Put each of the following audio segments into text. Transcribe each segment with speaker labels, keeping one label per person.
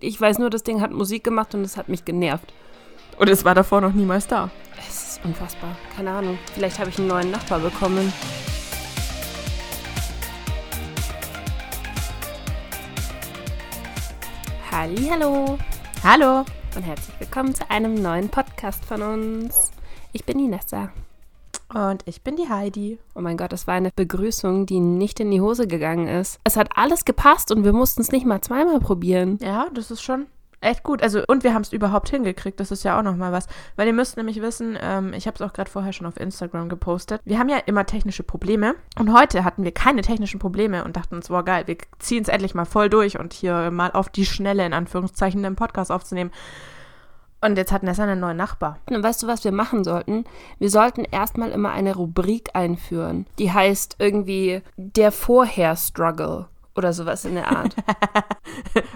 Speaker 1: Ich weiß nur, das Ding hat Musik gemacht und es hat mich genervt.
Speaker 2: Und es war davor noch niemals da.
Speaker 1: Es ist unfassbar. Keine Ahnung. Vielleicht habe ich einen neuen Nachbar bekommen. Hallo
Speaker 2: Hallo.
Speaker 1: und herzlich willkommen zu einem neuen Podcast von uns. Ich bin die Nessa.
Speaker 2: Und ich bin die Heidi.
Speaker 1: Oh mein Gott, das war eine Begrüßung, die nicht in die Hose gegangen ist. Es hat alles gepasst und wir mussten es nicht mal zweimal probieren.
Speaker 2: Ja, das ist schon echt gut. Also, und wir haben es überhaupt hingekriegt. Das ist ja auch nochmal was. Weil ihr müsst nämlich wissen, ähm, ich habe es auch gerade vorher schon auf Instagram gepostet. Wir haben ja immer technische Probleme. Und heute hatten wir keine technischen Probleme und dachten uns, wow, geil, wir ziehen es endlich mal voll durch und hier mal auf die Schnelle, in Anführungszeichen, den Podcast aufzunehmen. Und jetzt hat Nessa einen neuen Nachbar.
Speaker 1: Und weißt du, was wir machen sollten? Wir sollten erstmal immer eine Rubrik einführen. Die heißt irgendwie der Vorher-Struggle oder sowas in der Art.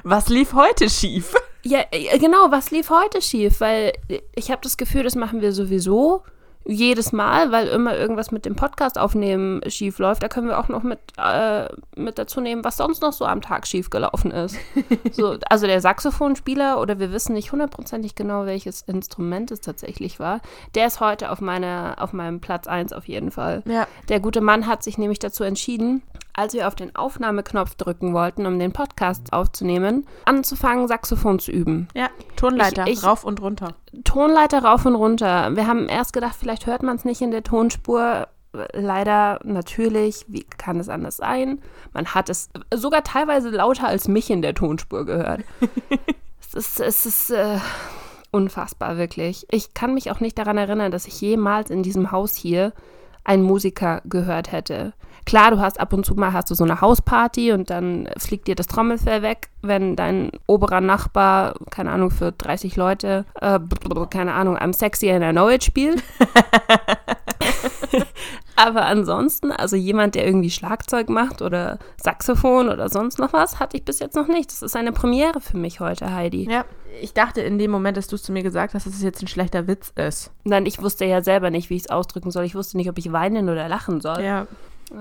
Speaker 2: Was lief heute schief?
Speaker 1: ja, ja, genau, was lief heute schief? Weil äh, ich habe das Gefühl, das machen wir sowieso jedes Mal, weil immer irgendwas mit dem Podcast aufnehmen schief läuft. Da können wir auch noch mit, äh, mit dazu nehmen, was sonst noch so am Tag schief gelaufen ist. So, also der Saxophonspieler oder wir wissen nicht hundertprozentig genau, welches Instrument es tatsächlich war, der ist heute auf, meine, auf meinem Platz 1 auf jeden Fall.
Speaker 2: Ja.
Speaker 1: Der gute Mann hat sich nämlich dazu entschieden, als wir auf den Aufnahmeknopf drücken wollten, um den Podcast aufzunehmen, anzufangen, Saxophon zu üben.
Speaker 2: Ja, Tonleiter,
Speaker 1: Ich- ich-
Speaker 2: rauf und runter.
Speaker 1: Tonleiter rauf und runter. Wir haben erst gedacht, vielleicht hört man es nicht in der Tonspur. Leider natürlich, wie kann es anders sein? Man hat es sogar teilweise lauter als mich in der Tonspur gehört. es ist, es ist äh, unfassbar, wirklich. Ich kann mich auch nicht daran erinnern, dass ich jemals in diesem Haus hier einen Musiker gehört hätte. Klar, du hast ab und zu mal hast du so eine Hausparty und dann fliegt dir das Trommelfell weg, wenn dein oberer Nachbar, keine Ahnung, für 30 Leute, äh, blablabla, keine Ahnung, I'm sexy and I know it spielt. Aber ansonsten, also jemand, der irgendwie Schlagzeug macht oder Saxophon oder sonst noch was, hatte ich bis jetzt noch nicht. Das ist eine Premiere für mich heute, Heidi.
Speaker 2: Ja, ich dachte in dem Moment, dass du es zu mir gesagt hast, dass es jetzt ein schlechter Witz ist.
Speaker 1: Nein, ich wusste ja selber nicht, wie ich es ausdrücken soll. Ich wusste nicht, ob ich weinen oder lachen soll.
Speaker 2: Ja.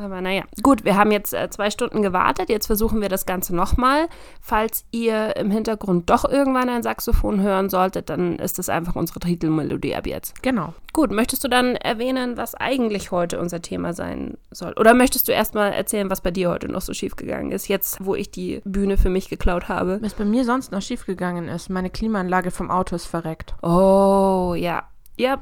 Speaker 1: Aber naja, gut, wir haben jetzt äh, zwei Stunden gewartet. Jetzt versuchen wir das Ganze nochmal. Falls ihr im Hintergrund doch irgendwann ein Saxophon hören solltet, dann ist das einfach unsere Titelmelodie ab jetzt.
Speaker 2: Genau.
Speaker 1: Gut, möchtest du dann erwähnen, was eigentlich heute unser Thema sein soll? Oder möchtest du erstmal erzählen, was bei dir heute noch so schief gegangen ist, jetzt wo ich die Bühne für mich geklaut habe?
Speaker 2: Was bei mir sonst noch schiefgegangen ist, meine Klimaanlage vom Auto ist verreckt.
Speaker 1: Oh, ja. Ja,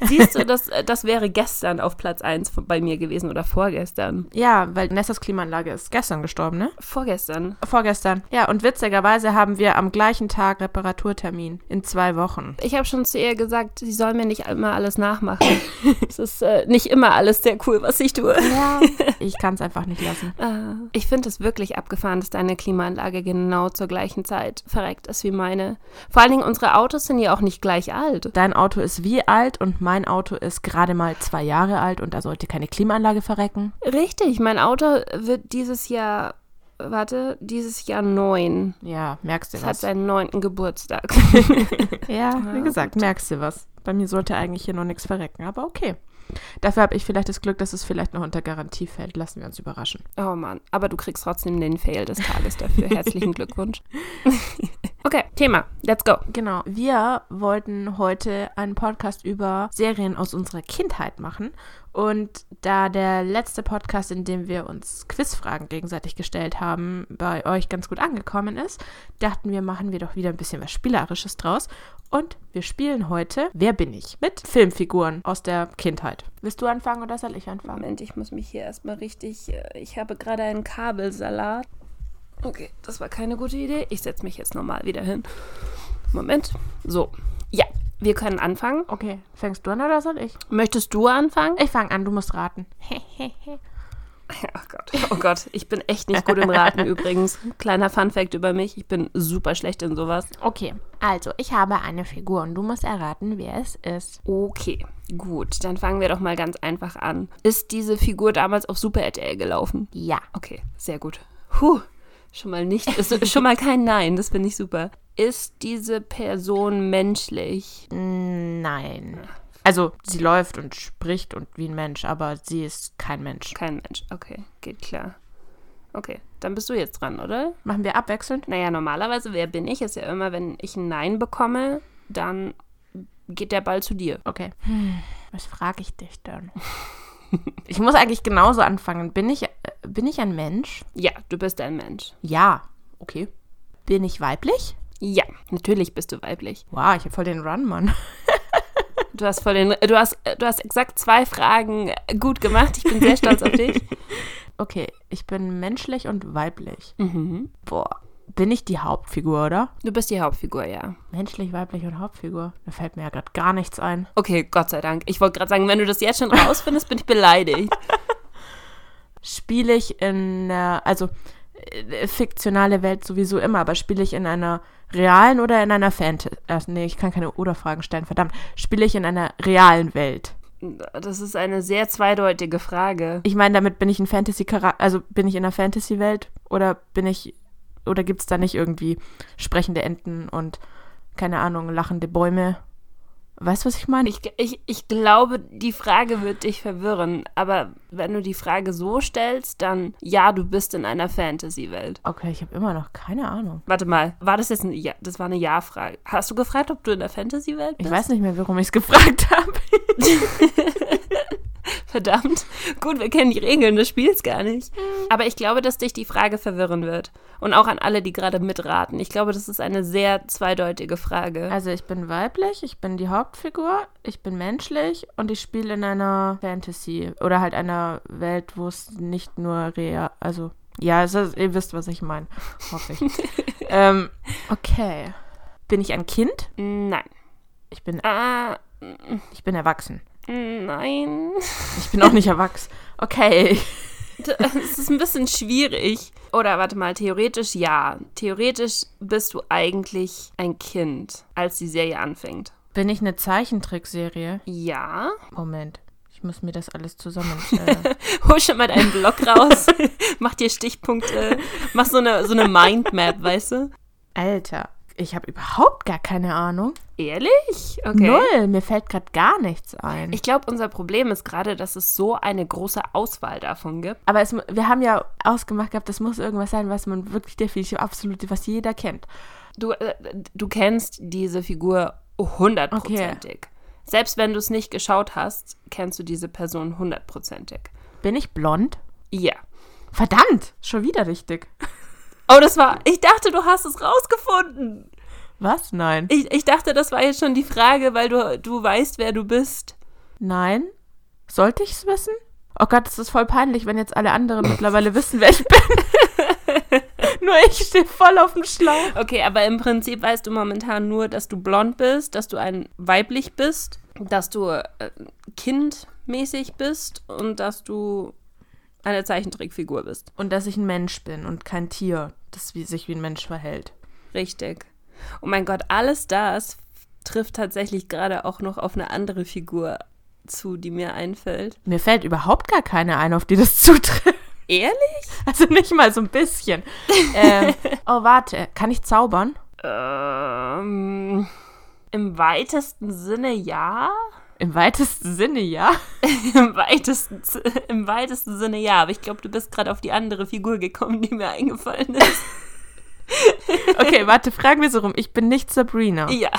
Speaker 1: siehst du, das, äh, das wäre gestern auf Platz 1 bei mir gewesen oder vorgestern.
Speaker 2: Ja, weil Nessas Klimaanlage ist gestern gestorben, ne?
Speaker 1: Vorgestern.
Speaker 2: Vorgestern. Ja, und witzigerweise haben wir am gleichen Tag Reparaturtermin. In zwei Wochen.
Speaker 1: Ich habe schon zu ihr gesagt, sie soll mir nicht immer alles nachmachen. es ist äh, nicht immer alles sehr cool, was ich tue.
Speaker 2: Ja. ich kann es einfach nicht lassen.
Speaker 1: Ich finde es wirklich abgefahren, dass deine Klimaanlage genau zur gleichen Zeit verreckt ist wie meine. Vor allen Dingen, unsere Autos sind ja auch nicht gleich alt.
Speaker 2: Dein Auto ist wie alt und mein Auto ist gerade mal zwei Jahre alt und da sollte keine Klimaanlage verrecken.
Speaker 1: Richtig, mein Auto wird dieses Jahr, warte, dieses Jahr neun.
Speaker 2: Ja, merkst du
Speaker 1: Es hat
Speaker 2: was?
Speaker 1: seinen neunten Geburtstag.
Speaker 2: Ja, wie gesagt, merkst du was. Bei mir sollte eigentlich hier noch nichts verrecken, aber okay. Dafür habe ich vielleicht das Glück, dass es vielleicht noch unter Garantie fällt. Lassen wir uns überraschen.
Speaker 1: Oh Mann, aber du kriegst trotzdem den Fail des Tages dafür. Herzlichen Glückwunsch. Okay, Thema. Let's go.
Speaker 2: Genau. Wir wollten heute einen Podcast über Serien aus unserer Kindheit machen. Und da der letzte Podcast, in dem wir uns Quizfragen gegenseitig gestellt haben, bei euch ganz gut angekommen ist, dachten wir, machen wir doch wieder ein bisschen was Spielerisches draus. Und wir spielen heute Wer bin ich? mit Filmfiguren aus der Kindheit. Willst du anfangen oder soll ich anfangen?
Speaker 1: Moment, ich muss mich hier erstmal richtig. äh, Ich habe gerade einen Kabelsalat. Okay, das war keine gute Idee. Ich setze mich jetzt nochmal wieder hin. Moment. So. Ja, wir können anfangen.
Speaker 2: Okay, fängst du an oder soll ich?
Speaker 1: Möchtest du anfangen?
Speaker 2: Ich fange an, du musst raten.
Speaker 1: Oh Gott. Oh Gott, ich bin echt nicht gut im Raten übrigens. Kleiner Funfact über mich. Ich bin super schlecht in sowas.
Speaker 2: Okay, also ich habe eine Figur und du musst erraten, wer es ist.
Speaker 1: Okay, gut. Dann fangen wir doch mal ganz einfach an. Ist diese Figur damals auf Super RTL gelaufen?
Speaker 2: Ja.
Speaker 1: Okay, sehr gut. Huh, schon mal nicht, ist schon mal kein Nein, das finde ich super. Ist diese Person menschlich?
Speaker 2: Nein. Also sie läuft und spricht und wie ein Mensch, aber sie ist kein Mensch.
Speaker 1: Kein Mensch, okay, geht klar. Okay, dann bist du jetzt dran, oder?
Speaker 2: Machen wir abwechselnd?
Speaker 1: Naja, normalerweise, wer bin ich, ist ja immer, wenn ich ein Nein bekomme, dann geht der Ball zu dir.
Speaker 2: Okay. Hm, was frage ich dich dann? ich muss eigentlich genauso anfangen. Bin ich, äh, bin ich ein Mensch?
Speaker 1: Ja, du bist ein Mensch.
Speaker 2: Ja. Okay. Bin ich weiblich?
Speaker 1: Ja, natürlich bist du weiblich.
Speaker 2: Wow, ich habe voll den Run, Mann.
Speaker 1: Du hast voll den, du hast, du hast exakt zwei Fragen gut gemacht. Ich bin sehr stolz auf dich.
Speaker 2: Okay, ich bin menschlich und weiblich.
Speaker 1: Mhm.
Speaker 2: Boah. Bin ich die Hauptfigur, oder?
Speaker 1: Du bist die Hauptfigur, ja.
Speaker 2: Menschlich, weiblich und Hauptfigur. Da fällt mir ja gerade gar nichts ein.
Speaker 1: Okay, Gott sei Dank. Ich wollte gerade sagen, wenn du das jetzt schon rausfindest, bin ich beleidigt.
Speaker 2: Spiele ich in, äh, also äh, fiktionale Welt sowieso immer, aber spiele ich in einer realen oder in einer Fantasy? Äh, nee, ich kann keine Oder-Fragen stellen, verdammt. Spiele ich in einer realen Welt?
Speaker 1: Das ist eine sehr zweideutige Frage.
Speaker 2: Ich meine, damit bin ich ein Fantasy-Charakter, also bin ich in einer Fantasy-Welt oder bin ich, oder gibt es da nicht irgendwie sprechende Enten und, keine Ahnung, lachende Bäume? Weißt du, was ich meine?
Speaker 1: Ich, ich, ich glaube, die Frage wird dich verwirren, aber wenn du die Frage so stellst, dann ja, du bist in einer Fantasy-Welt.
Speaker 2: Okay, ich habe immer noch keine Ahnung.
Speaker 1: Warte mal, war das jetzt ein Ja? Das war eine Ja-Frage. Hast du gefragt, ob du in der Fantasy-Welt bist?
Speaker 2: Ich weiß nicht mehr, warum ich es gefragt habe.
Speaker 1: Verdammt. Gut, wir kennen die Regeln des Spiels gar nicht. Aber ich glaube, dass dich die Frage verwirren wird. Und auch an alle, die gerade mitraten. Ich glaube, das ist eine sehr zweideutige Frage.
Speaker 2: also ich bin weiblich, ich bin die Hauptfigur, ich bin menschlich und ich spiele in einer Fantasy oder halt einer Welt, wo es nicht nur real, also ja, es ist, ihr wisst, was ich meine, hoffe ich. ähm, okay. Bin ich ein Kind?
Speaker 1: Nein.
Speaker 2: Ich bin,
Speaker 1: Ah,
Speaker 2: ich bin erwachsen.
Speaker 1: nein.
Speaker 2: Ich bin auch nicht erwachsen. Okay.
Speaker 1: Das äh, ist ein bisschen schwierig. Oder warte mal, theoretisch ja. Theoretisch bist du eigentlich ein Kind, als die Serie anfängt.
Speaker 2: Bin ich eine Zeichentrickserie?
Speaker 1: Ja.
Speaker 2: Moment. Ich muss mir das alles zusammenstellen.
Speaker 1: Hol schon mal deinen Blog raus. mach dir Stichpunkte. Mach so eine, so eine Mindmap, weißt du?
Speaker 2: Alter, ich habe überhaupt gar keine Ahnung.
Speaker 1: Ehrlich? Okay.
Speaker 2: Null, mir fällt gerade gar nichts ein.
Speaker 1: Ich glaube, unser Problem ist gerade, dass es so eine große Auswahl davon gibt.
Speaker 2: aber es, mu- wir haben ja ausgemacht gehabt, das muss irgendwas sein, was man wirklich definitiv absolut, was jeder kennt.
Speaker 1: Du, äh, du kennst diese Figur hundertprozentig. Selbst wenn du es nicht geschaut hast, kennst du diese Person hundertprozentig.
Speaker 2: Bin ich blond?
Speaker 1: Ja.
Speaker 2: Verdammt, schon wieder richtig.
Speaker 1: Oh, das war. Ich dachte, du hast es rausgefunden.
Speaker 2: Was? Nein.
Speaker 1: Ich, ich dachte, das war jetzt schon die Frage, weil du, du weißt, wer du bist.
Speaker 2: Nein? Sollte ich es wissen? Oh Gott, es ist voll peinlich, wenn jetzt alle anderen mittlerweile wissen, wer ich bin. Nur ich stehe voll auf dem Schlauch.
Speaker 1: Okay, aber im Prinzip weißt du momentan nur, dass du blond bist, dass du ein weiblich bist, dass du äh, kindmäßig bist und dass du eine Zeichentrickfigur bist.
Speaker 2: Und dass ich ein Mensch bin und kein Tier, das wie, sich wie ein Mensch verhält.
Speaker 1: Richtig. Oh mein Gott, alles das trifft tatsächlich gerade auch noch auf eine andere Figur zu, die mir einfällt.
Speaker 2: Mir fällt überhaupt gar keine ein, auf die das zutrifft.
Speaker 1: Ehrlich?
Speaker 2: Also nicht mal so ein bisschen. ähm, oh, warte. Kann ich zaubern?
Speaker 1: Ähm, Im weitesten Sinne ja.
Speaker 2: Im weitesten Sinne, ja.
Speaker 1: Im weitesten, Im weitesten Sinne ja, aber ich glaube, du bist gerade auf die andere Figur gekommen, die mir eingefallen ist.
Speaker 2: Okay, warte, fragen wir so rum. Ich bin nicht Sabrina.
Speaker 1: ja.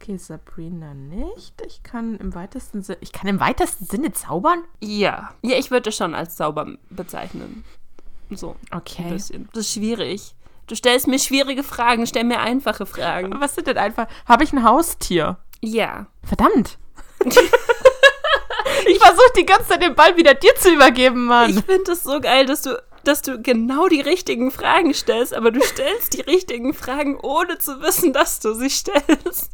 Speaker 2: Okay, Sabrina nicht. Ich kann im weitesten Sinne. Ich kann im weitesten Sinne zaubern?
Speaker 1: Ja. Ja, ich würde es schon als Zauber bezeichnen. So, ein
Speaker 2: Okay.
Speaker 1: bisschen. Das ist schwierig. Du stellst mir schwierige Fragen, stell mir einfache Fragen.
Speaker 2: Was sind denn einfach. Habe ich ein Haustier?
Speaker 1: Ja.
Speaker 2: Verdammt! ich versuche die ganze Zeit den Ball wieder dir zu übergeben, Mann.
Speaker 1: Ich finde es so geil, dass du, dass du genau die richtigen Fragen stellst, aber du stellst die richtigen Fragen, ohne zu wissen, dass du sie stellst.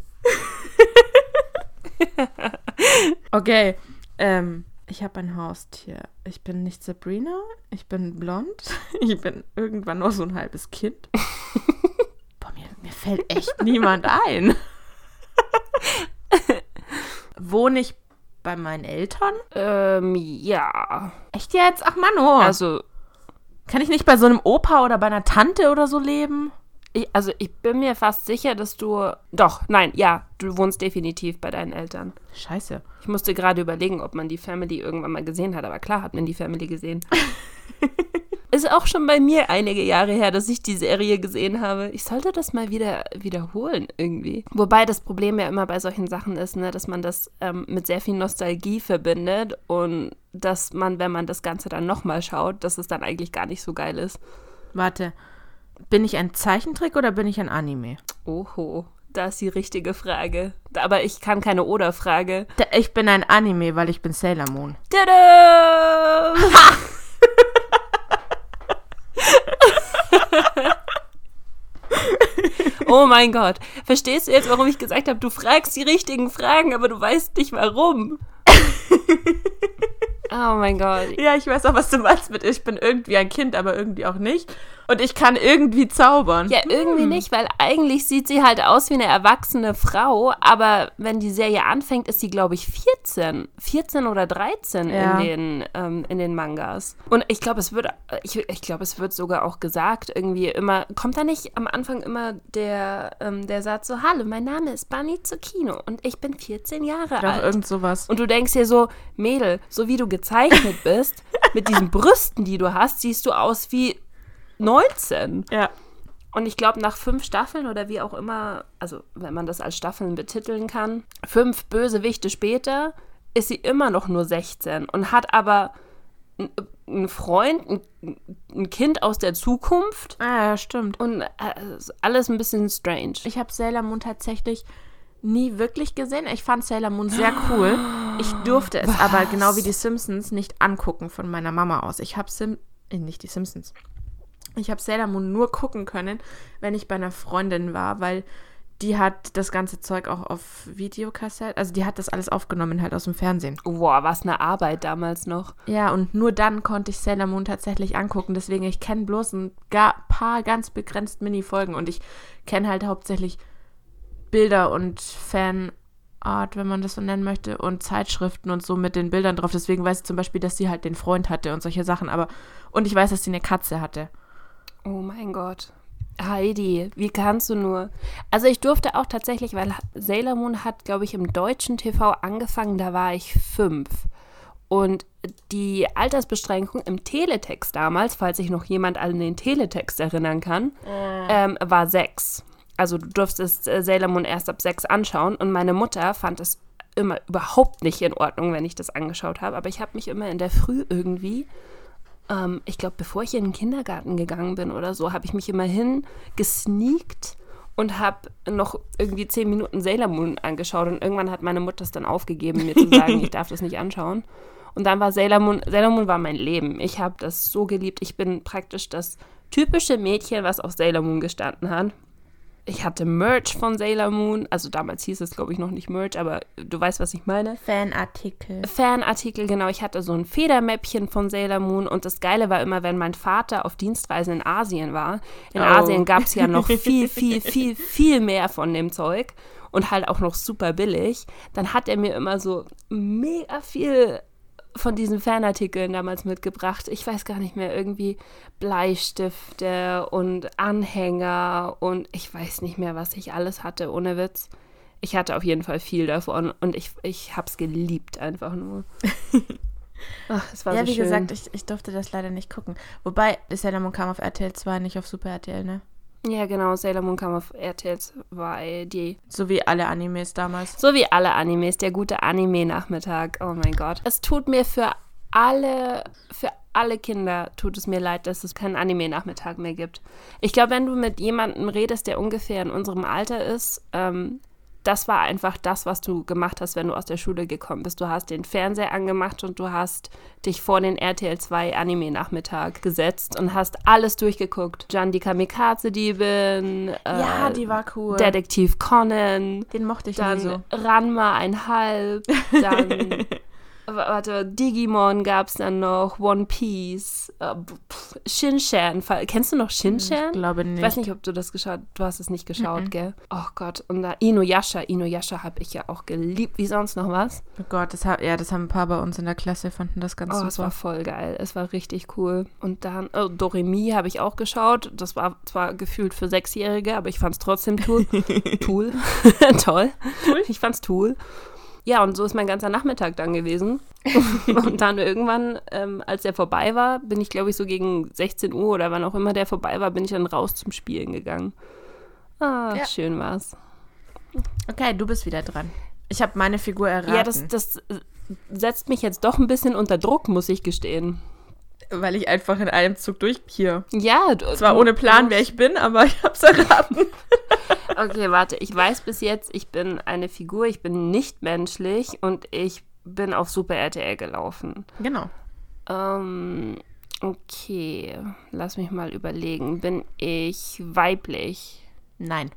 Speaker 2: Okay. Ähm, ich habe ein Haustier. Ich bin nicht Sabrina. Ich bin blond. Ich bin irgendwann noch so ein halbes Kind. Boah, mir, mir fällt echt niemand ein. Wohne ich bei meinen Eltern?
Speaker 1: Ähm, ja.
Speaker 2: Echt jetzt? Ach Mann, oh.
Speaker 1: Also,
Speaker 2: kann ich nicht bei so einem Opa oder bei einer Tante oder so leben?
Speaker 1: Ich, also ich bin mir fast sicher, dass du. Doch, nein, ja, du wohnst definitiv bei deinen Eltern.
Speaker 2: Scheiße.
Speaker 1: Ich musste gerade überlegen, ob man die Family irgendwann mal gesehen hat, aber klar hat man die Family gesehen. Ist auch schon bei mir einige Jahre her, dass ich die Serie gesehen habe. Ich sollte das mal wieder wiederholen irgendwie. Wobei das Problem ja immer bei solchen Sachen ist, ne, dass man das ähm, mit sehr viel Nostalgie verbindet und dass man, wenn man das Ganze dann nochmal schaut, dass es dann eigentlich gar nicht so geil ist.
Speaker 2: Warte, bin ich ein Zeichentrick oder bin ich ein Anime?
Speaker 1: Oho, da ist die richtige Frage. Aber ich kann keine Oder-Frage.
Speaker 2: Da- Ich bin ein Anime, weil ich bin Sailor Moon.
Speaker 1: Tada! oh mein Gott. Verstehst du jetzt, warum ich gesagt habe, du fragst die richtigen Fragen, aber du weißt nicht warum? oh mein Gott.
Speaker 2: Ja, ich weiß auch, was du meinst mit ich bin irgendwie ein Kind, aber irgendwie auch nicht. Und ich kann irgendwie zaubern.
Speaker 1: Ja,
Speaker 2: Mhm.
Speaker 1: irgendwie nicht, weil eigentlich sieht sie halt aus wie eine erwachsene Frau, aber wenn die Serie anfängt, ist sie, glaube ich, 14. 14 oder 13
Speaker 2: Ja.
Speaker 1: in, den, ähm, in den Mangas. Und ich glaube, es wird, ich, ich glaube, es wird sogar auch gesagt, irgendwie immer, kommt da nicht am Anfang immer der, ähm, der Satz so, hallo, mein Name ist Bunny Zucchino und ich bin 14 Jahre
Speaker 2: Doch,
Speaker 1: alt.
Speaker 2: irgend sowas.
Speaker 1: Und du denkst dir so, Mädel, so wie du gezeichnet bist, mit diesen Brüsten, die du hast, siehst du aus wie 19.
Speaker 2: Ja.
Speaker 1: Und ich glaube, nach fünf Staffeln oder wie auch immer, also wenn man das als Staffeln betiteln kann, fünf Bösewichte später ist sie immer noch nur 16 und hat aber n- einen Freund, ein, ein Kind aus der Zukunft
Speaker 2: Ah, ja, stimmt.
Speaker 1: und äh, ist alles ein bisschen strange.
Speaker 2: Ich habe Sailor Moon tatsächlich nie wirklich gesehen. Ich fand Sailor Moon sehr cool. Ich durfte es aber genau wie die Simpsons nicht angucken von meiner Mama aus. Ich habe Sim äh, nicht die Simpsons. Ich habe Sailor Moon nur gucken können, wenn ich bei einer Freundin war, weil die hat das ganze Zeug auch auf Videokassette, also die hat das alles aufgenommen halt aus dem Fernsehen.
Speaker 1: Boah, was eine Arbeit damals noch.
Speaker 2: Ja, und nur dann konnte ich Sailor Moon tatsächlich angucken. Deswegen, ich kenne bloß ein ga- paar ganz begrenzt Mini-Folgen und ich kenne halt hauptsächlich Bilder und Fanart, wenn man das so nennen möchte, und Zeitschriften und so mit den Bildern drauf. Deswegen weiß ich zum Beispiel, dass sie halt den Freund hatte und solche Sachen. Aber und ich weiß, dass sie eine Katze hatte.
Speaker 1: Oh mein Gott. Heidi, wie kannst du nur? Also ich durfte auch tatsächlich, weil Sailor Moon hat, glaube ich, im deutschen TV angefangen, da war ich fünf. Und die Altersbeschränkung im Teletext damals, falls sich noch jemand an den Teletext erinnern kann, ähm, war sechs. Also du durftest äh, Sailor Moon erst ab sechs anschauen und meine Mutter fand es immer überhaupt nicht in Ordnung, wenn ich das angeschaut habe. Aber ich habe mich immer in der Früh irgendwie ähm, ich glaube, bevor ich in den Kindergarten gegangen bin oder so, habe ich mich immerhin gesneakt und habe noch irgendwie zehn Minuten Sailor Moon angeschaut. Und irgendwann hat meine Mutter es dann aufgegeben, mir zu sagen, ich darf das nicht anschauen. Und dann war Sailor Moon, Sailor Moon war mein Leben. Ich habe das so geliebt. Ich bin praktisch das typische Mädchen, was auf Sailor Moon gestanden hat. Ich hatte Merch von Sailor Moon. Also damals hieß es, glaube ich, noch nicht Merch, aber du weißt, was ich meine.
Speaker 2: Fanartikel.
Speaker 1: Fanartikel, genau. Ich hatte so ein Federmäppchen von Sailor Moon und das Geile war immer, wenn mein Vater auf Dienstreisen in Asien war. In
Speaker 2: Oh.
Speaker 1: Asien gab es ja noch viel, viel, viel, viel mehr von dem Zeug und halt auch noch super billig. Dann hat er mir immer so mega viel von diesen Fanartikeln damals mitgebracht. Ich weiß gar nicht mehr, irgendwie Bleistifte und Anhänger und ich weiß nicht mehr, was ich alles hatte, ohne Witz. Ich hatte auf jeden Fall viel davon und ich, ich hab's geliebt einfach nur. Ach, es war
Speaker 2: Ja,
Speaker 1: so
Speaker 2: wie
Speaker 1: schön.
Speaker 2: gesagt, ich, ich durfte das leider nicht gucken. Wobei, Sailor Moon kam auf RTL 2, nicht auf Super RTL, ne?
Speaker 1: ja, genau, Sailor Moon kam auf RTL 2. Die
Speaker 2: So wie alle Animes damals.
Speaker 1: So wie alle Animes, der gute Anime-Nachmittag. Oh mein Gott. Es tut mir für alle, für alle Kinder tut es mir leid, dass es keinen Anime-Nachmittag mehr gibt. Ich glaube, wenn du mit jemandem redest, der ungefähr in unserem Alter ist, ähm, das war einfach das, was du gemacht hast, wenn du aus der Schule gekommen bist. Du hast den Fernseher angemacht und du hast dich vor den RTL 2 Anime-Nachmittag gesetzt und hast alles durchgeguckt. Jan die Kamikaze-Diebin, äh,
Speaker 2: Ja, die war cool.
Speaker 1: Detektiv Conan,
Speaker 2: Den mochte ich
Speaker 1: dann
Speaker 2: nie so.
Speaker 1: Ranma einhalb, dann w- warte, Digimon gab es dann noch, One Piece, äh, pff, Shinshan. Fa- Kennst du noch Shinshan?
Speaker 2: Ich glaube nicht.
Speaker 1: Ich weiß nicht, ob du das geschaut Du hast es nicht geschaut, gell? Oh Gott, und da Inuyasha. Inuyasha habe ich ja auch geliebt, wie sonst noch was.
Speaker 2: Oh Gott, das, ha- ja, das haben ein paar bei uns in der Klasse, fanden das ganz
Speaker 1: Oh, es war
Speaker 2: super.
Speaker 1: voll geil. Es war richtig cool. Und dann, oh, Doremi habe ich auch geschaut. Das war zwar gefühlt für Sechsjährige, aber ich fand es trotzdem cool. tool. Toll. Ich fand's tool. Ja, und so ist mein ganzer Nachmittag dann gewesen. und dann irgendwann, ähm, als der vorbei war, bin ich, glaube ich, so gegen 16 Uhr oder wann auch immer der vorbei war, bin ich dann raus zum Spielen gegangen. Ah,
Speaker 2: Ja.
Speaker 1: schön war's.
Speaker 2: Okay, du bist wieder dran. Ich habe meine Figur erraten.
Speaker 1: Ja, das, das äh, setzt mich jetzt doch ein bisschen unter Druck, muss ich gestehen.
Speaker 2: weil ich einfach in einem Zug durch hier.
Speaker 1: Ja, du,
Speaker 2: Zwar ohne Plan, wer ich bin, aber ich hab's erraten.
Speaker 1: Okay, warte. Ich weiß bis jetzt, ich bin eine Figur, ich bin nicht menschlich und ich bin auf Super RTL gelaufen.
Speaker 2: Genau.
Speaker 1: Ähm, okay. Lass mich mal überlegen. Bin ich weiblich?
Speaker 2: Nein.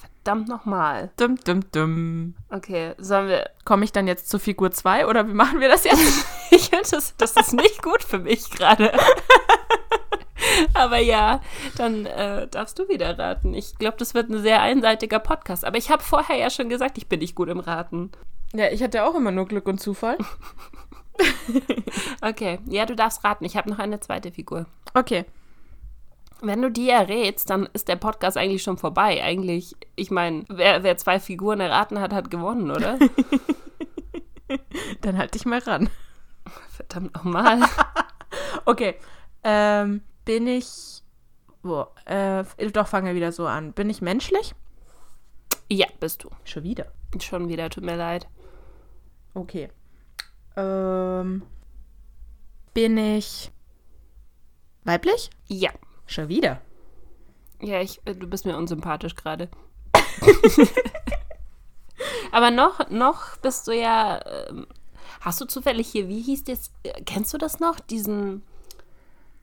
Speaker 1: Verdammt nochmal.
Speaker 2: Dum, dum, dum.
Speaker 1: Okay, sollen wir.
Speaker 2: Komme ich dann jetzt zu Figur 2 oder wie machen wir das jetzt?
Speaker 1: Ich finde, das, das ist nicht gut für mich gerade. Aber ja, dann äh, darfst du wieder raten. Ich glaube, das wird ein sehr einseitiger Podcast. Aber ich habe vorher ja schon gesagt, ich bin nicht gut im Raten.
Speaker 2: ja, ich hatte auch immer nur Glück und Zufall.
Speaker 1: Okay, ja, du darfst raten. Ich habe noch eine zweite Figur.
Speaker 2: Okay.
Speaker 1: Wenn du die errätst, dann ist der Podcast eigentlich schon vorbei. Eigentlich, ich meine, wer, wer zwei Figuren erraten hat, hat gewonnen, oder?
Speaker 2: Dann halt dich mal ran.
Speaker 1: Verdammt nochmal.
Speaker 2: Okay. Ähm, bin ich. Wo, äh, doch, fangen wir wieder so an. Bin ich menschlich?
Speaker 1: ja, bist du.
Speaker 2: Schon wieder.
Speaker 1: Schon wieder, tut mir leid.
Speaker 2: Okay. Ähm, bin ich weiblich?
Speaker 1: Ja.
Speaker 2: Schon wieder.
Speaker 1: Ja, ich, äh, du bist mir unsympathisch gerade. Aber noch, noch bist du ja. Ähm, hast du zufällig hier, wie hieß das? äh, Kennst du das noch? Diesen.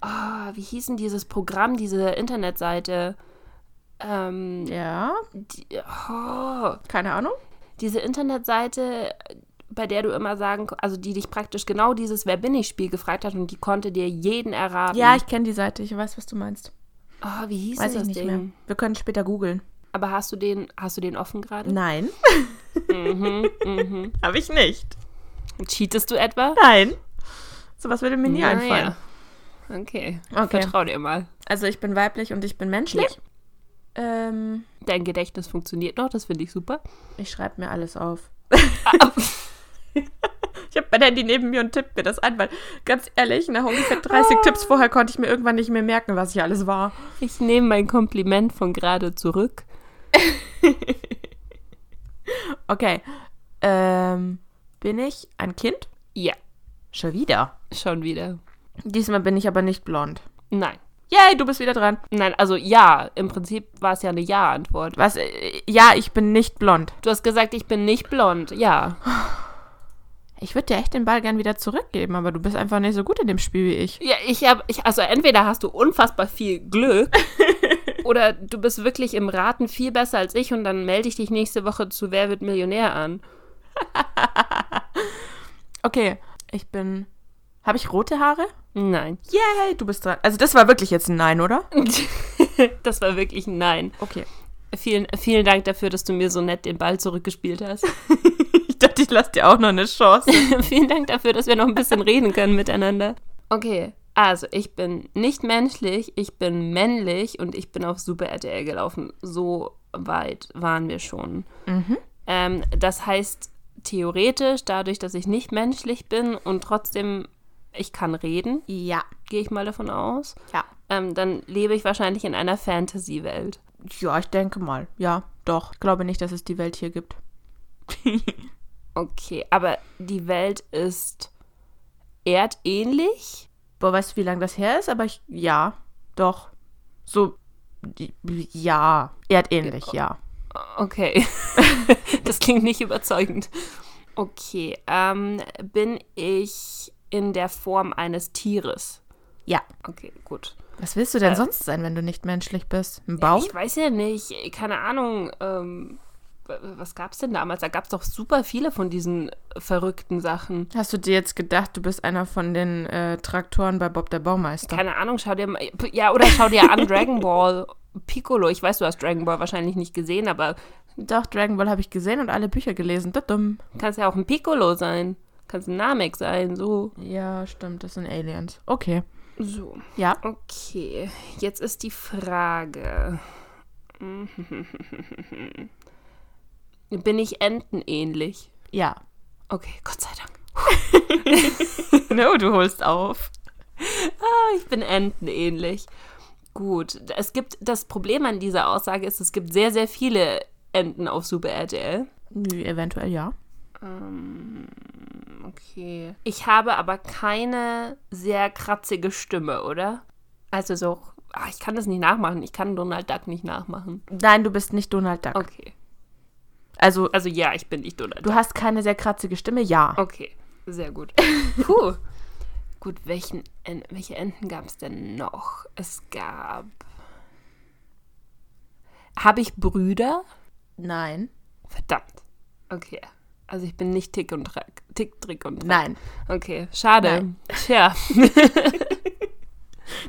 Speaker 1: ah, wie hieß denn dieses Programm, diese Internetseite? Ähm,
Speaker 2: Ja,
Speaker 1: die, oh,
Speaker 2: keine Ahnung.
Speaker 1: diese Internetseite, bei der du immer sagen, also die dich praktisch genau dieses Wer bin ich Spiel gefragt hat und die konnte dir jeden erraten.
Speaker 2: Ja, ich kenne die Seite. Ich weiß, was du meinst.
Speaker 1: oh, wie hieß denn
Speaker 2: Weiß ich
Speaker 1: das
Speaker 2: nicht
Speaker 1: Ding?
Speaker 2: mehr. Wir können später googeln.
Speaker 1: Aber hast du den, hast du den offen gerade?
Speaker 2: Nein.
Speaker 1: Mhm, mhm.
Speaker 2: Habe ich nicht.
Speaker 1: Cheatest du etwa?
Speaker 2: Nein. Sowas würde mir nie
Speaker 1: Naja.
Speaker 2: einfallen.
Speaker 1: Okay.
Speaker 2: Okay.
Speaker 1: Vertrau dir mal.
Speaker 2: Also ich bin weiblich und ich bin menschlich. Ähm,
Speaker 1: Dein Gedächtnis funktioniert noch, das finde ich super.
Speaker 2: ich schreibe mir alles auf.
Speaker 1: Ah,
Speaker 2: Ich habe mein Handy neben mir und tippe mir das ein, weil ganz ehrlich, nach ungefähr 30 Tipps vorher konnte ich mir irgendwann nicht mehr merken, was ich alles war.
Speaker 1: ich nehme mein Kompliment von gerade zurück.
Speaker 2: Okay. Ähm, bin ich ein Kind?
Speaker 1: Ja,
Speaker 2: Schon wieder.
Speaker 1: schon wieder.
Speaker 2: Diesmal bin ich aber nicht blond.
Speaker 1: Nein.
Speaker 2: Yay, du bist wieder dran.
Speaker 1: Nein, also ja, im Prinzip war es ja eine Ja-Antwort.
Speaker 2: Was? äh, Ja, ich bin nicht blond.
Speaker 1: Du hast gesagt, ich bin nicht blond. Ja.
Speaker 2: Ich würde dir echt den Ball gern wieder zurückgeben, aber du bist einfach nicht so gut in dem Spiel wie ich.
Speaker 1: Ja, ich habe, ich, also entweder hast du unfassbar viel Glück oder du bist wirklich im Raten viel besser als ich und dann melde ich dich nächste Woche zu Wer wird Millionär an.
Speaker 2: Okay, ich bin. Habe ich rote Haare?
Speaker 1: Nein.
Speaker 2: Yay, du bist dran. Also, das war wirklich jetzt ein Nein, oder?
Speaker 1: Das war wirklich ein Nein.
Speaker 2: Okay.
Speaker 1: Vielen, vielen Dank dafür, dass du mir so nett den Ball zurückgespielt hast.
Speaker 2: Ich dachte, ich lasse dir auch noch eine Chance.
Speaker 1: vielen Dank dafür, dass wir noch ein bisschen reden können miteinander. Okay. Also, ich bin nicht menschlich, ich bin männlich und ich bin auf Super RTL gelaufen. So weit waren wir schon. Ähm, das heißt, theoretisch, dadurch, dass ich nicht menschlich bin und trotzdem ich kann reden,
Speaker 2: Ja.
Speaker 1: gehe ich mal davon aus,
Speaker 2: Ja.
Speaker 1: ähm, dann lebe ich wahrscheinlich in einer Fantasy-Welt.
Speaker 2: Ja, ich denke mal. Ja, doch. Ich glaube nicht, dass es die Welt hier gibt.
Speaker 1: Okay, aber die Welt ist erdähnlich?
Speaker 2: Boah, weißt du, wie lange das her ist? Aber ich. Ja, doch. So. die- Ja. Erdähnlich, ja.
Speaker 1: Okay, das klingt nicht überzeugend. Okay, ähm, bin ich in der Form eines Tieres?
Speaker 2: Ja.
Speaker 1: Okay, gut.
Speaker 2: Was willst du denn sonst sein, wenn du nicht menschlich bist? Ein Baum?
Speaker 1: Ich weiß ja nicht, keine Ahnung, ähm, w- was gab's denn damals? Da gab's doch super viele von diesen verrückten Sachen.
Speaker 2: Hast du dir jetzt gedacht, du bist einer von den äh, Traktoren bei Bob der Baumeister?
Speaker 1: Keine Ahnung, schau dir mal, ja, oder schau dir an Dragon Ball Piccolo. Ich weiß, du hast Dragon Ball wahrscheinlich nicht gesehen, aber
Speaker 2: Doch, Dragon Ball habe ich gesehen und alle Bücher gelesen. Da dumm.
Speaker 1: Kannst ja auch ein Piccolo sein. Kannst ein Namek sein, so.
Speaker 2: Ja, stimmt, das sind Aliens. Okay.
Speaker 1: So.
Speaker 2: Ja.
Speaker 1: Okay, jetzt ist die Frage. Bin ich entenähnlich?
Speaker 2: Ja.
Speaker 1: Okay, Gott sei Dank.
Speaker 2: no, du holst auf.
Speaker 1: Ah, ich bin entenähnlich. Gut, es gibt das Problem an dieser Aussage ist, es gibt sehr, sehr viele Enten auf Super RTL.
Speaker 2: Eventuell ja.
Speaker 1: Ähm, okay. Ich habe aber keine sehr kratzige Stimme, oder? Also so, ah, ich kann das nicht nachmachen. Ich kann Donald Duck nicht nachmachen.
Speaker 2: Nein, du bist nicht Donald Duck.
Speaker 1: Okay.
Speaker 2: Also,
Speaker 1: Also ja, ich bin nicht Donald
Speaker 2: du
Speaker 1: Duck.
Speaker 2: hast keine sehr kratzige Stimme, ja.
Speaker 1: Okay, sehr gut. Puh. gut, welchen En- welche Enten gab es denn noch? Es gab. Habe ich Brüder?
Speaker 2: Nein.
Speaker 1: Verdammt. Okay. Also ich bin nicht Tick und Track. Tick, Trick und Track.
Speaker 2: Nein.
Speaker 1: Okay, schade.
Speaker 2: Nein.
Speaker 1: Tja.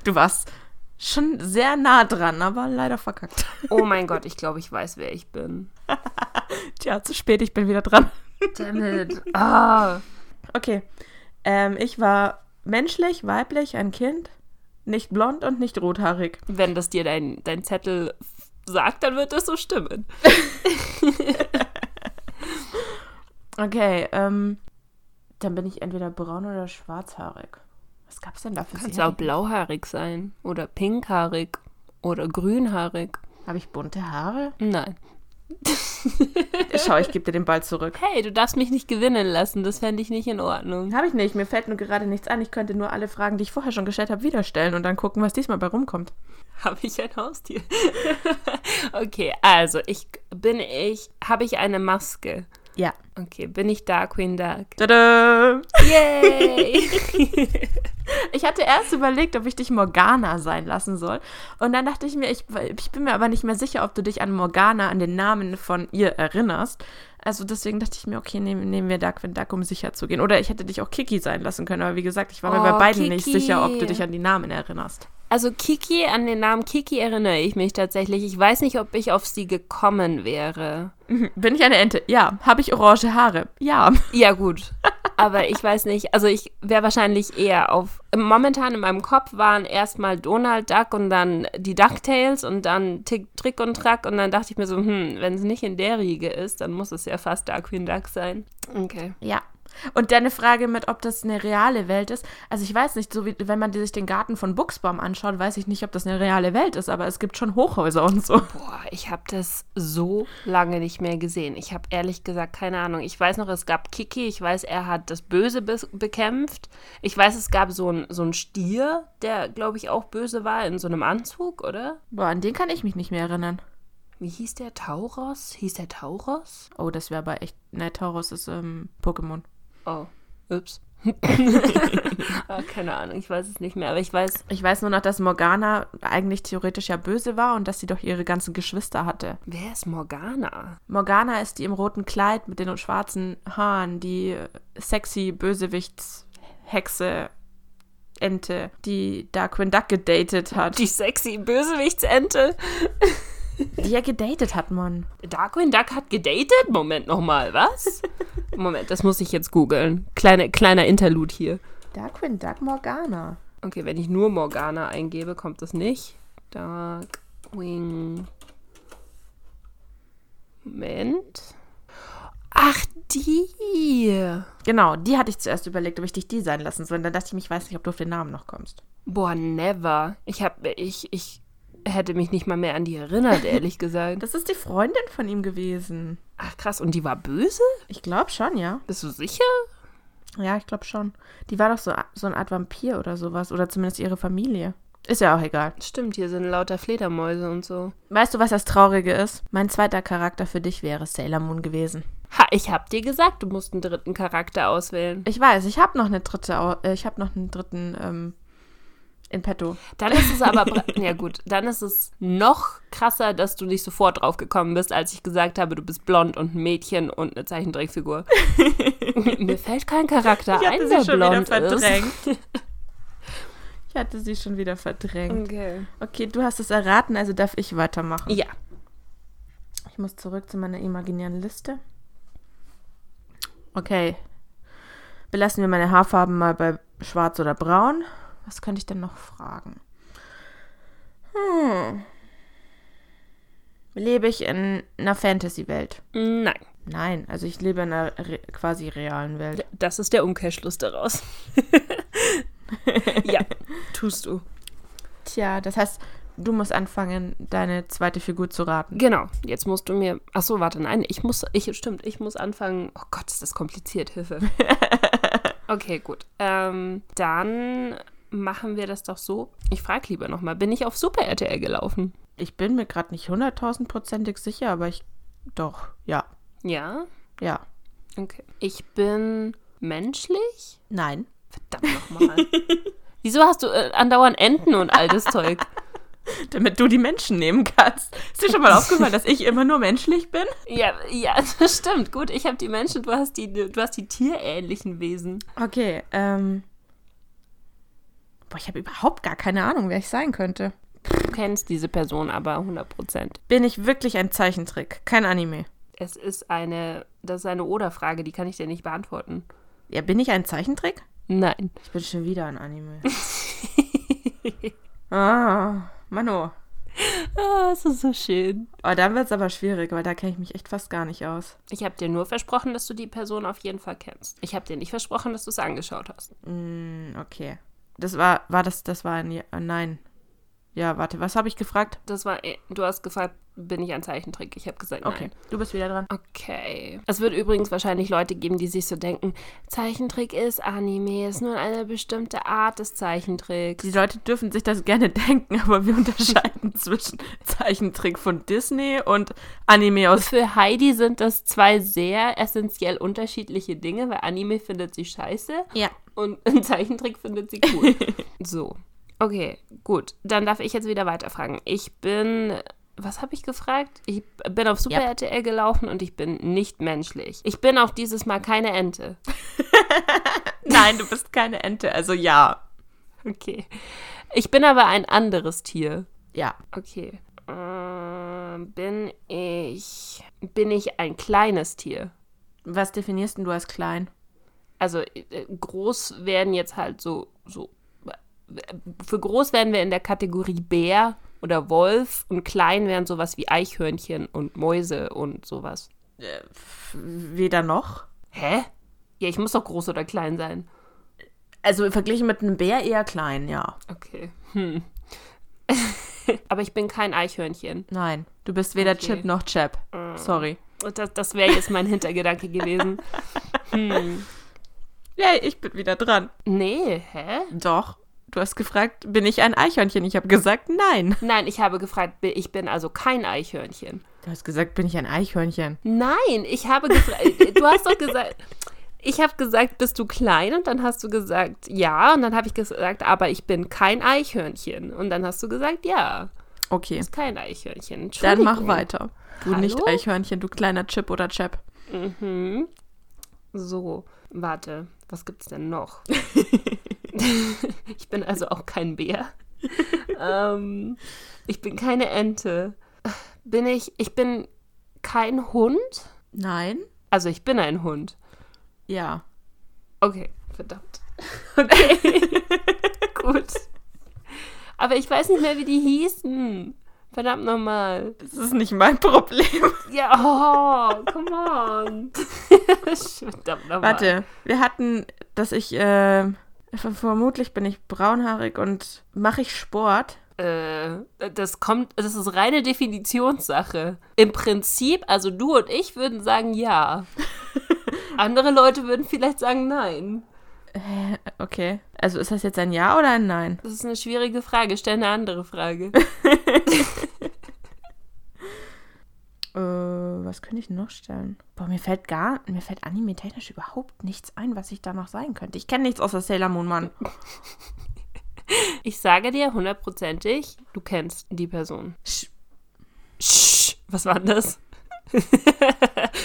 Speaker 2: Du warst schon sehr nah dran, aber leider verkackt.
Speaker 1: Oh mein Gott, ich glaube, ich weiß, wer ich bin.
Speaker 2: Tja, zu spät, ich bin wieder dran.
Speaker 1: Damit. Ah.
Speaker 2: Okay. Ähm, ich war menschlich, weiblich, ein Kind, nicht blond und nicht rothaarig.
Speaker 1: Wenn das dir dein, dein Zettel f- sagt, dann wird das so stimmen.
Speaker 2: Okay, ähm, dann bin ich entweder braun oder schwarzhaarig. Was gab's denn da für
Speaker 1: Kannst du auch
Speaker 2: Serien?
Speaker 1: blauhaarig sein oder pinkhaarig oder grünhaarig.
Speaker 2: Habe ich bunte Haare?
Speaker 1: Nein.
Speaker 2: Schau, ich gebe dir den Ball zurück.
Speaker 1: Hey, du darfst mich nicht gewinnen lassen. Das fände ich nicht in Ordnung.
Speaker 2: Habe ich nicht, mir fällt nur gerade nichts ein. Ich könnte nur alle Fragen, die ich vorher schon gestellt habe, wieder stellen und dann gucken, was diesmal bei rumkommt.
Speaker 1: Habe ich ein Haustier? okay, also ich bin ich. Habe ich eine Maske?
Speaker 2: Ja.
Speaker 1: Okay, bin ich Darkwing Duck?
Speaker 2: Tada!
Speaker 1: Yay!
Speaker 2: Ich hatte erst überlegt, ob ich dich Morgana sein lassen soll. Und dann dachte ich mir, ich, ich bin mir aber nicht mehr sicher, ob du dich an Morgana, an den Namen von ihr erinnerst. Also deswegen dachte ich mir, okay, nehmen, nehmen wir Darkwing Duck, um sicher zu gehen. Oder ich hätte dich auch Kiki sein lassen können. Aber wie gesagt, ich war mir
Speaker 1: Oh,
Speaker 2: bei beiden nicht
Speaker 1: Kiki.
Speaker 2: sicher, ob du dich an die Namen erinnerst.
Speaker 1: Also Kiki, an den Namen Kiki erinnere ich mich tatsächlich. Ich weiß nicht, ob ich auf sie gekommen wäre.
Speaker 2: Bin ich eine Ente? Ja. Habe ich orange Haare? Ja.
Speaker 1: Ja, gut. Aber ich weiß nicht, also ich wäre wahrscheinlich eher auf. Momentan in meinem Kopf waren erstmal Donald Duck und dann die DuckTales und dann Tick, Trick und Track und dann dachte ich mir so, hm, wenn es nicht in der Riege ist, dann muss es ja fast Darkwing Duck sein. Okay.
Speaker 2: Ja. Und deine Frage mit, ob das eine reale Welt ist. Also ich weiß nicht, so wie wenn man sich den Garten von Buchsbaum anschaut, weiß ich nicht, ob das eine reale Welt ist, aber es gibt schon Hochhäuser und so.
Speaker 1: Boah, ich habe das so lange nicht mehr gesehen. Ich habe ehrlich gesagt keine Ahnung. Ich weiß noch, es gab Kiki. Ich weiß, er hat das Böse be bekämpft. Ich weiß, es gab so einen so einen Stier, der, glaube ich, auch böse war in so einem Anzug, oder?
Speaker 2: Boah, an den kann ich mich nicht mehr erinnern.
Speaker 1: Wie hieß der? Tauros? Hieß der Tauros?
Speaker 2: Oh, das wäre aber echt. Ne, Tauros ist ähm, Pokémon.
Speaker 1: Oh, ups. ah, keine Ahnung, ich weiß es nicht mehr. Aber ich weiß,
Speaker 2: Ich weiß nur noch, dass Morgana eigentlich theoretisch ja böse war und dass sie doch ihre ganzen Geschwister hatte.
Speaker 1: wer ist Morgana?
Speaker 2: Morgana ist die im roten Kleid mit den schwarzen Haaren, die äh, sexy Bösewichts Hexe Ente, die Darkwing Duck gedatet hat.
Speaker 1: Die sexy Bösewichtsente.
Speaker 2: die ja gedatet hat, Mann.
Speaker 1: Darkwing Duck hat gedatet? Moment nochmal, was? Moment, das muss ich jetzt googeln. Kleine, kleiner Interlude hier.
Speaker 2: Darkwing Duck Morgana.
Speaker 1: Okay, wenn ich nur Morgana eingebe, kommt das nicht. Darkwing. Moment. Ach, die.
Speaker 2: Genau, die hatte ich zuerst überlegt, ob ich dich die sein lassen soll. Und Dann dachte ich mir, ich weiß nicht, ob du auf den Namen noch kommst.
Speaker 1: Boah, never. Ich hab, ich, ich hätte mich nicht mal mehr an die erinnert, ehrlich gesagt.
Speaker 2: Das ist die Freundin von ihm gewesen.
Speaker 1: Ach krass, und die war böse?
Speaker 2: Ich glaube schon, ja.
Speaker 1: Bist du sicher?
Speaker 2: Ja, ich glaube schon. Die war doch so, so eine Art Vampir oder sowas. Oder zumindest ihre Familie. Ist ja auch egal.
Speaker 1: Stimmt, hier sind lauter Fledermäuse und so.
Speaker 2: Weißt du, was das Traurige ist? Mein zweiter Charakter für dich wäre Sailor Moon gewesen.
Speaker 1: Ha, ich hab dir gesagt, du musst einen dritten Charakter auswählen.
Speaker 2: Ich weiß, ich habe noch eine dritte, Au- äh, ich habe noch einen dritten ähm, in petto.
Speaker 1: Dann ist es aber, bra- ja gut, dann ist es noch krasser, dass du nicht sofort drauf gekommen bist, als ich gesagt habe, du bist blond und ein Mädchen und eine Zeichentrickfigur. Mir fällt kein Charakter ein, der blond ist.
Speaker 2: ich hatte sie schon wieder verdrängt.
Speaker 1: Okay.
Speaker 2: Okay, du hast es erraten, also darf ich weitermachen.
Speaker 1: Ja,
Speaker 2: Ich muss zurück zu meiner imaginären Liste. Okay. Belassen wir meine Haarfarben mal bei schwarz oder braun. Was könnte ich denn noch fragen? Hm. Lebe ich in einer Fantasy-Welt?
Speaker 1: nein.
Speaker 2: Nein, also ich lebe in einer re quasi realen Welt.
Speaker 1: Das ist der Umkehrschluss daraus. ja, tust du.
Speaker 2: Tja, das heißt, du musst anfangen, deine zweite Figur zu raten.
Speaker 1: Genau, jetzt musst du mir. Ach so, warte, nein, ich muss. Ich, stimmt, ich muss anfangen. Oh Gott, ist das kompliziert, Hilfe. Okay, gut. Ähm, dann machen wir das doch so. Ich frage lieber nochmal, bin ich auf Super RTL gelaufen?
Speaker 2: Ich bin mir gerade nicht hunderttausendprozentig sicher, aber ich. Doch, ja.
Speaker 1: Ja,
Speaker 2: Ja.
Speaker 1: okay. Ich bin menschlich?
Speaker 2: Nein.
Speaker 1: Verdammt nochmal. Wieso hast du äh, andauernd Enten und all das Zeug?
Speaker 2: Damit du die Menschen nehmen kannst. Ist dir schon mal aufgefallen, dass ich immer nur menschlich bin?
Speaker 1: Ja, ja, das stimmt. Gut, ich habe die Menschen, du hast die, du hast die tierähnlichen Wesen.
Speaker 2: Okay, ähm. Boah, ich habe überhaupt gar keine Ahnung, wer ich sein könnte.
Speaker 1: Du kennst diese Person aber 100 Prozent.
Speaker 2: Bin ich wirklich ein Zeichentrick? Kein Anime.
Speaker 1: Es ist eine, das ist eine Oder-Frage, die kann ich dir nicht beantworten.
Speaker 2: Ja, bin ich ein Zeichentrick?
Speaker 1: Nein.
Speaker 2: Ich bin schon wieder ein Anime. ah, Mano.
Speaker 1: Ah, es ist so schön.
Speaker 2: Oh, dann wird's aber schwierig, weil da kenne ich mich echt fast gar nicht aus.
Speaker 1: Ich habe dir nur versprochen, dass du die Person auf jeden Fall kennst. Ich habe dir nicht versprochen, dass du es angeschaut hast.
Speaker 2: Mm, okay. Das war, war das, das war ein, Ja- äh, nein. Ja, warte, was habe ich gefragt?
Speaker 1: Das war, äh, du hast gefragt, bin ich ein Zeichentrick? Ich habe gesagt, nein.
Speaker 2: Okay, du bist wieder dran.
Speaker 1: Okay. Es wird übrigens wahrscheinlich Leute geben, die sich so denken, Zeichentrick ist Anime, ist nur eine bestimmte Art des Zeichentricks.
Speaker 2: Die Leute dürfen sich das gerne denken, aber wir unterscheiden zwischen Zeichentrick von Disney und Anime aus.
Speaker 1: Für Heidi sind das zwei sehr essentiell unterschiedliche Dinge, weil Anime findet sie scheiße
Speaker 2: Ja.
Speaker 1: und ein Zeichentrick findet sie cool. so. Okay, gut. Dann darf ich jetzt wieder weiterfragen. Ich bin. Was habe ich gefragt? Ich bin auf Super
Speaker 2: Ja.
Speaker 1: RTL gelaufen und ich bin nicht menschlich. Ich bin auch dieses Mal keine Ente.
Speaker 2: Nein, du bist keine Ente, also ja.
Speaker 1: Okay. Ich bin aber ein anderes Tier.
Speaker 2: Ja.
Speaker 1: Okay. Ähm, bin ich. Bin ich ein kleines Tier?
Speaker 2: Was definierst denn du als klein?
Speaker 1: Also äh, groß werden jetzt halt so. so für groß werden wir in der Kategorie Bär oder Wolf und klein wären sowas wie Eichhörnchen und Mäuse und sowas.
Speaker 2: Weder noch.
Speaker 1: Hä? Ja, ich muss doch groß oder klein sein.
Speaker 2: Also verglichen mit einem Bär eher klein, ja.
Speaker 1: Okay. Hm. Aber ich bin kein Eichhörnchen.
Speaker 2: Nein, du bist weder
Speaker 1: Okay.
Speaker 2: Chip noch Chap. Sorry.
Speaker 1: Und Das, das wäre jetzt mein Hintergedanke gewesen.
Speaker 2: Ja, ich bin wieder dran.
Speaker 1: Nee, hä?
Speaker 2: Doch. Du hast gefragt, bin ich ein Eichhörnchen? Ich habe gesagt, nein.
Speaker 1: Nein, ich habe gefragt, bi- ich bin also kein Eichhörnchen.
Speaker 2: Du hast gesagt, bin ich ein Eichhörnchen?
Speaker 1: Nein, ich habe gefragt, du hast doch gesagt, ich habe gesagt, bist du klein? Und dann hast du gesagt, ja. Und dann habe ich gesagt, aber ich bin kein Eichhörnchen. Und dann hast du gesagt, ja,
Speaker 2: Okay,
Speaker 1: kein Eichhörnchen.
Speaker 2: dann
Speaker 1: Entschuldigung.
Speaker 2: mach weiter. Du
Speaker 1: Hallo?
Speaker 2: nicht Eichhörnchen, du kleiner Chip oder Chap.
Speaker 1: Mhm. So, warte, was gibt's denn noch? ich bin also auch kein Bär. ähm, ich bin keine Ente. Bin ich, ich bin kein Hund?
Speaker 2: Nein?
Speaker 1: Also ich bin ein Hund.
Speaker 2: Ja.
Speaker 1: Okay, verdammt. Okay, gut. Aber ich weiß nicht mehr, wie die hießen. Verdammt nochmal.
Speaker 2: Das ist nicht mein Problem.
Speaker 1: Ja, oh, come on. verdammt nochmal.
Speaker 2: Warte, wir hatten, dass ich, äh, vermutlich bin ich braunhaarig und mache ich Sport.
Speaker 1: Äh, das kommt, das ist reine Definitionssache. Im Prinzip, also du und ich würden sagen ja. Andere Leute würden vielleicht sagen nein.
Speaker 2: Okay. Also ist das jetzt ein Ja oder ein Nein?
Speaker 1: Das ist eine schwierige Frage. Stell eine andere Frage.
Speaker 2: Äh, was könnte ich noch stellen? Boah, mir fällt gar, mir fällt anime-technisch überhaupt nichts ein, was ich da noch sein könnte. Ich kenne nichts außer Sailor Moon, Mann.
Speaker 1: Ich sage dir hundertprozentig, du kennst die Person.
Speaker 2: Sch-
Speaker 1: Sch, was war denn das?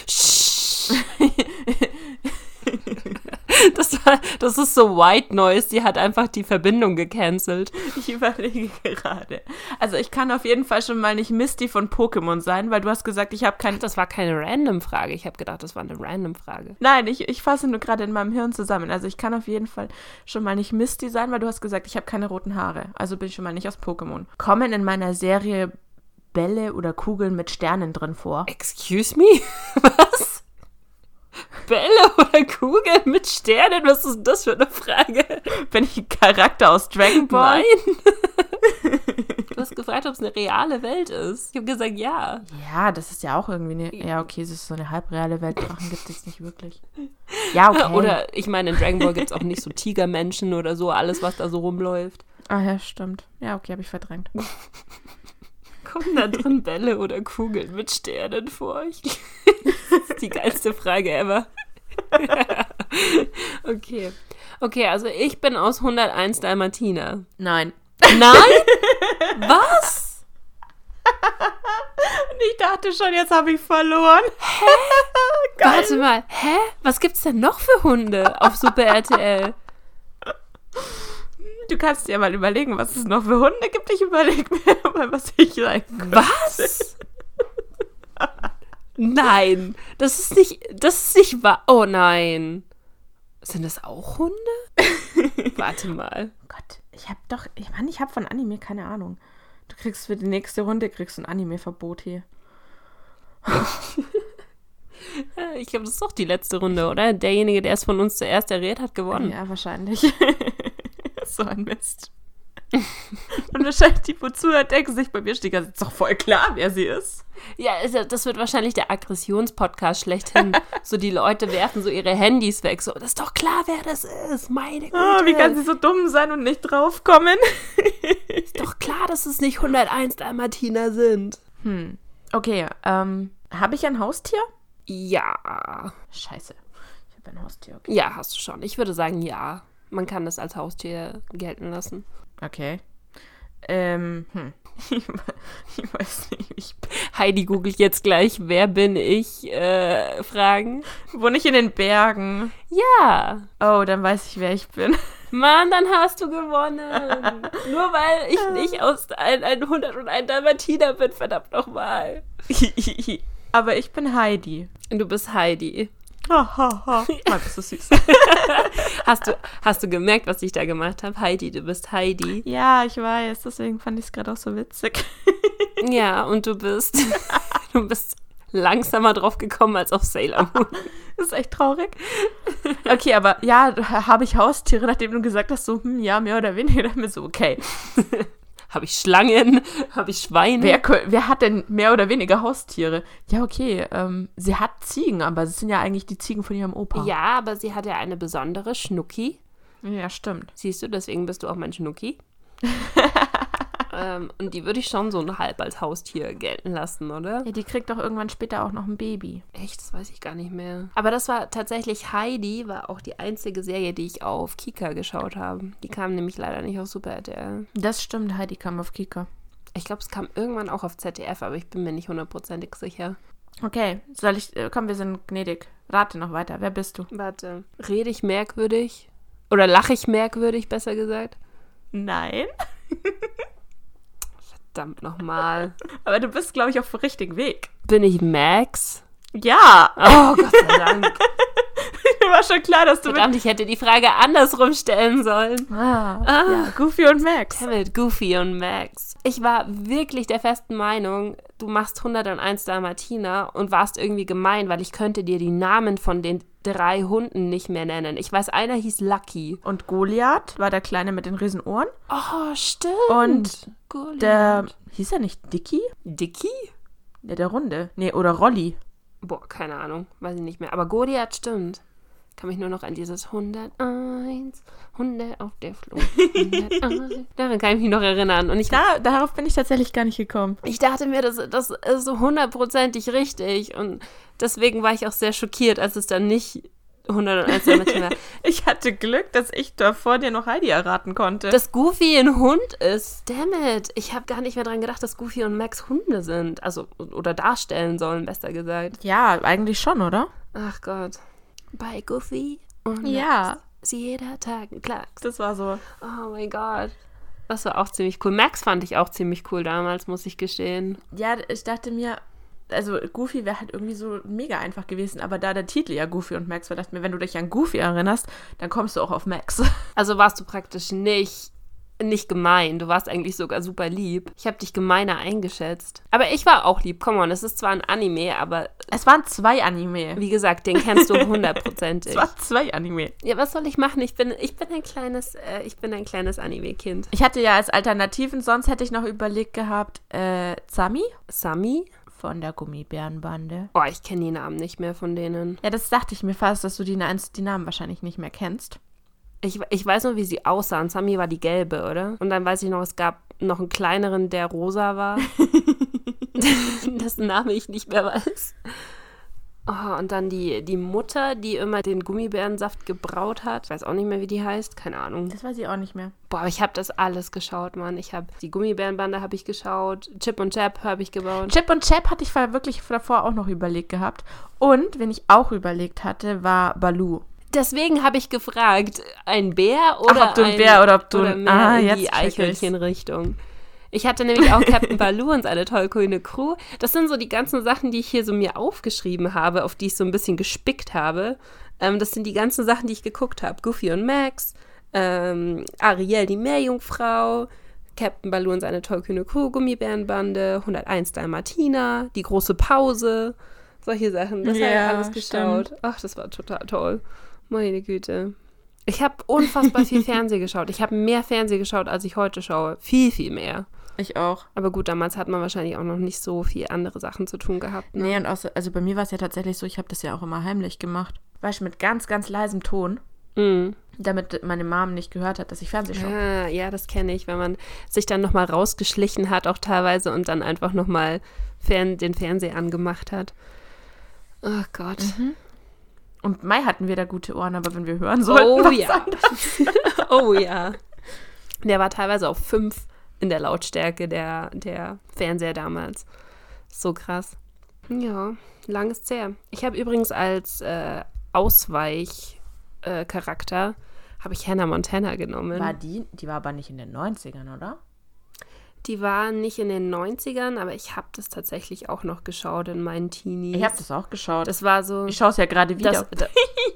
Speaker 1: Sch. Das, war, das ist so White Noise, die hat einfach die Verbindung gecancelt.
Speaker 2: Ich überlege gerade. Also ich kann auf jeden Fall schon mal nicht Misty von Pokémon sein, weil du hast gesagt, ich habe kein...
Speaker 1: Das war keine Random-Frage. Ich habe gedacht, das war eine Random-Frage.
Speaker 2: Nein, ich, ich fasse nur gerade in meinem Hirn zusammen. Also ich kann auf jeden Fall schon mal nicht Misty sein, weil du hast gesagt, ich habe keine roten Haare. Also bin ich schon mal nicht aus Pokémon. Kommen in meiner Serie Bälle oder Kugeln mit Sternen drin vor?
Speaker 1: Excuse me? Was? Bälle oder Kugeln mit Sternen? Was ist denn das für eine Frage?
Speaker 2: Bin ich ein Charakter aus Dragon Ball?
Speaker 1: Nein. du hast gefragt, ob es eine reale Welt ist. Ich habe gesagt, ja.
Speaker 2: Ja, das ist ja auch irgendwie eine. Ja, okay, es ist so eine halbreale Welt. Drachen gibt es jetzt nicht wirklich. Ja, okay.
Speaker 1: Oder ich meine, in Dragon Ball gibt es auch nicht so Tigermenschen oder so, alles, was da so rumläuft.
Speaker 2: Ah ja, stimmt. Ja, okay, habe ich verdrängt.
Speaker 1: Kommen da drin Bälle oder Kugeln mit Sternen vor euch? das ist die geilste Frage ever. okay. Okay, also ich bin aus 101 Dalmatiner.
Speaker 2: Nein.
Speaker 1: Nein? Was?
Speaker 2: Und ich dachte schon, jetzt habe ich verloren.
Speaker 1: Hä? Warte mal. Hä? Was gibt's denn noch für Hunde auf Super RTL?
Speaker 2: Du kannst dir mal überlegen, was es noch für Hunde gibt. Ich überlege mir mal, was ich sagen könnte.
Speaker 1: Was? Nein, das ist nicht, das ist nicht wahr. Oh nein. Sind das auch Hunde? Warte mal.
Speaker 2: Oh Gott, ich habe doch, ich meine, ich habe von Anime keine Ahnung. Du kriegst für die nächste Runde kriegst du ein Anime-Verbot hier.
Speaker 1: Äh, Ich glaube, das ist doch die letzte Runde, oder? Derjenige, der es von uns zuerst errät, hat gewonnen.
Speaker 2: Ah, Ja, wahrscheinlich. so ein Mist. Und wahrscheinlich die, wo zuhört, denken sich, bei mir steht ganz ist doch voll klar, wer sie ist.
Speaker 1: Ja, ist ja- das wird wahrscheinlich der Aggressionspodcast schlechthin. so die Leute werfen so ihre Handys weg. So, das ist doch klar, wer das ist. Meine Güte.
Speaker 2: Ah, wie kann sie so dumm sein und nicht draufkommen?
Speaker 1: ist doch klar, dass es nicht 101 Dalmatiner sind.
Speaker 2: Hm. Okay, ähm, habe ich ein Haustier?
Speaker 1: Ja.
Speaker 2: Scheiße. Ich habe ein Haustier. Okay.
Speaker 1: Ja, hast du schon. Ich würde sagen, ja. Man kann das als Haustier gelten lassen.
Speaker 2: okay. Ähm, hm. Ich, we- ich weiß nicht, ich
Speaker 1: Heidi googelt jetzt gleich, wer bin ich? Äh, Fragen.
Speaker 2: wohne ich in den Bergen.
Speaker 1: Ja.
Speaker 2: Oh, dann weiß ich, wer ich bin.
Speaker 1: Mann, dann hast du gewonnen. Nur weil ich nicht aus ein, ein 101 Dalmatiner bin, verdammt nochmal.
Speaker 2: Aber ich bin Heidi.
Speaker 1: Du bist Heidi.
Speaker 2: Ha, ha, ha. Ah, bist du süß.
Speaker 1: Hast du, hast du gemerkt, was ich da gemacht habe? Heidi, du bist Heidi.
Speaker 2: ja, ich weiß, deswegen fand ich es gerade auch so witzig.
Speaker 1: Ja, und du bist. Du bist langsamer drauf gekommen als auf Sailor Moon.
Speaker 2: Das ist echt traurig. Okay, aber ja, habe ich Haustiere, nachdem du gesagt hast, so, hm, ja, mehr oder weniger, dann mir so, okay.
Speaker 1: Habe ich Schlangen? Habe ich Schweine?
Speaker 2: Wer, kö- wer hat denn mehr oder weniger Haustiere? Ja, okay, ähm, sie hat Ziegen, aber es sind ja eigentlich die Ziegen von ihrem Opa.
Speaker 1: Ja, aber sie hat ja eine besondere Schnucki.
Speaker 2: ja stimmt.
Speaker 1: Siehst du, deswegen bist du auch mein Schnucki. ähm, und die würde ich schon so ein halb als Haustier gelten lassen, oder?
Speaker 2: Ja, die kriegt doch irgendwann später auch noch ein Baby.
Speaker 1: Echt, das weiß ich gar nicht mehr. Aber das war tatsächlich Heidi, war auch die einzige Serie, die ich auf Kika geschaut habe. Die kam nämlich leider nicht auf Super RTL.
Speaker 2: Das stimmt, Heidi kam auf Kika.
Speaker 1: Ich glaube, es kam irgendwann auch auf ZDF, aber ich bin mir nicht hundertprozentig sicher.
Speaker 2: Okay, soll ich, äh, komm, wir sind gnädig. Rate noch weiter, wer bist du?
Speaker 1: Warte. Rede ich merkwürdig? Oder lache ich merkwürdig, besser gesagt?
Speaker 2: Nein.
Speaker 1: Verdammt nochmal.
Speaker 2: Aber du bist, glaube ich, auf dem richtigen Weg.
Speaker 1: Bin ich Max?
Speaker 2: Ja,
Speaker 1: Oh, Gott sei Dank.
Speaker 2: mir war schon klar, dass du
Speaker 1: Verdammt, ich hätte die Frage andersrum stellen sollen.
Speaker 2: Ah, Ja, Goofy und Max.
Speaker 1: Dammit, Goofy und Max. Ich war wirklich der festen Meinung, du machst 101 Dalmatiner und warst irgendwie gemein, weil ich könnte dir die Namen von den drei Hunden nicht mehr nennen. Ich weiß, einer hieß Lucky.
Speaker 2: Und Goliath war der Kleine mit den Riesenohren.
Speaker 1: Oh, stimmt.
Speaker 2: Und
Speaker 1: Goliath.
Speaker 2: Der, hieß er nicht Dicky?
Speaker 1: Dicky?
Speaker 2: Der, der Runde. Nee, oder Rolli.
Speaker 1: Boah, keine Ahnung, weiß ich nicht mehr. Aber Goliath stimmt. Kann mich nur noch an dieses 101, Hunde auf der Flucht. 101. Daran kann ich mich noch erinnern. Und ich,
Speaker 2: Da, darauf bin ich tatsächlich gar nicht gekommen.
Speaker 1: ich dachte mir, das, das ist so hundertprozentig richtig. Und deswegen war ich auch sehr schockiert, als es dann nicht 101 Dalmatiner war.
Speaker 2: Ich hatte Glück, dass ich da vor dir noch Heidi erraten konnte.
Speaker 1: Dass Goofy ein Hund ist. Damn it. Ich habe gar nicht mehr dran gedacht, dass Goofy und Max Hunde sind. Also, oder darstellen sollen, besser gesagt.
Speaker 2: ja, eigentlich schon, oder?
Speaker 1: Ach Gott. Bei Goofy und
Speaker 2: Ja.
Speaker 1: Max ist jeder Tag ein Klacks.
Speaker 2: Das war so.
Speaker 1: Oh mein Gott. Das war auch ziemlich cool. Max fand ich auch ziemlich cool damals, muss ich gestehen.
Speaker 2: Ja, ich dachte mir, also Goofy wäre halt irgendwie so mega einfach gewesen, aber da der Titel ja Goofy und Max war, dachte ich mir, wenn du dich an Goofy erinnerst, dann kommst du auch auf Max.
Speaker 1: Also warst du praktisch nicht nicht gemein. Du warst eigentlich sogar super lieb. Ich habe dich gemeiner eingeschätzt. Aber ich war auch lieb. Come on, es ist zwar ein Anime, aber
Speaker 2: Es waren zwei Anime.
Speaker 1: wie gesagt, den kennst du hundertprozentig.
Speaker 2: Es waren zwei Anime.
Speaker 1: Ja, was soll ich machen? Ich bin, ich bin ein kleines, äh, ich bin ein kleines Anime-Kind.
Speaker 2: Ich hatte ja als Alternativen, sonst hätte ich noch überlegt gehabt, äh, Sami
Speaker 1: Sami?
Speaker 2: von der Gummibärenbande.
Speaker 1: Oh, ich kenne die Namen nicht mehr von denen.
Speaker 2: Ja, das dachte ich mir fast, dass du die, Na- die Namen wahrscheinlich nicht mehr kennst.
Speaker 1: Ich, ich weiß nur, wie sie aussahen. Sami war die gelbe, oder? Und dann weiß ich noch, es gab noch einen kleineren, der rosa war. Dessen Name ich nicht mehr weiß. Oh, und dann die, die Mutter, die immer den Gummibärensaft gebraut hat. Ich weiß auch nicht mehr, wie die heißt. Keine Ahnung.
Speaker 2: Das weiß ich auch nicht mehr.
Speaker 1: Boah, ich habe das alles geschaut, Mann. Ich habe die Gummibärenbande habe ich geschaut. Chip und Chap habe ich gebaut.
Speaker 2: Chip und Chap hatte ich vorher wirklich davor auch noch überlegt gehabt. Und, wen ich auch überlegt hatte, war Baloo.
Speaker 1: Deswegen habe ich gefragt, ein Bär oder
Speaker 2: ob du ein
Speaker 1: ein
Speaker 2: Bär oder ob du ein-
Speaker 1: mehr
Speaker 2: Ah,
Speaker 1: in
Speaker 2: jetzt
Speaker 1: die
Speaker 2: check ich's.
Speaker 1: Eichhörnchenrichtung. Ich hatte nämlich auch Captain Baloo und seine tollkühne Crew. Das sind so die ganzen Sachen, die ich hier so mir aufgeschrieben habe, auf die ich so ein bisschen gespickt habe. Ähm, das sind die ganzen Sachen, die ich geguckt habe. Goofy und Max, ähm, Ariel die Meerjungfrau, Captain Baloo und seine tollkühne Crew, Gummibärenbande, 101 Dalmatiner, die große Pause, solche Sachen. Das habe
Speaker 2: Ja,
Speaker 1: ich alles geschaut. Ach, das war total toll. Meine Güte. Ich habe unfassbar viel Fernsehen geschaut. Ich habe mehr Fernsehen geschaut, als ich heute schaue. Viel, viel mehr.
Speaker 2: Ich auch.
Speaker 1: Aber gut, damals hat man wahrscheinlich auch noch nicht so viel andere Sachen zu tun gehabt. Ne?
Speaker 2: Nee, und außer, also bei mir war es ja tatsächlich so, ich habe das ja auch immer heimlich gemacht. Weißt du, mit ganz, ganz leisem Ton,
Speaker 1: Mm.
Speaker 2: damit meine Mom nicht gehört hat, dass ich Fernsehen schaue.
Speaker 1: Ah, ja, das kenne ich, wenn man sich dann nochmal rausgeschlichen hat, auch teilweise, und dann einfach nochmal fern, den Fernseher angemacht hat. Oh Gott.
Speaker 2: Und Mai hatten wir da gute Ohren, aber wenn wir hören sollten,
Speaker 1: oh
Speaker 2: was
Speaker 1: ja. oh ja. Der war teilweise auf fünf in der Lautstärke der, der Fernseher damals. So krass. Ja, lang ist's her. Ich habe übrigens als äh, Ausweichcharakter äh, Charakter habe ich Hannah Montana genommen.
Speaker 2: war die, die war aber nicht in den 90ern, oder?
Speaker 1: Die war nicht in den 90ern, aber ich habe das tatsächlich auch noch geschaut in meinen Teenies.
Speaker 2: Ich habe das auch geschaut.
Speaker 1: das war so.
Speaker 2: ich schaue es ja gerade wieder.
Speaker 1: Das, da,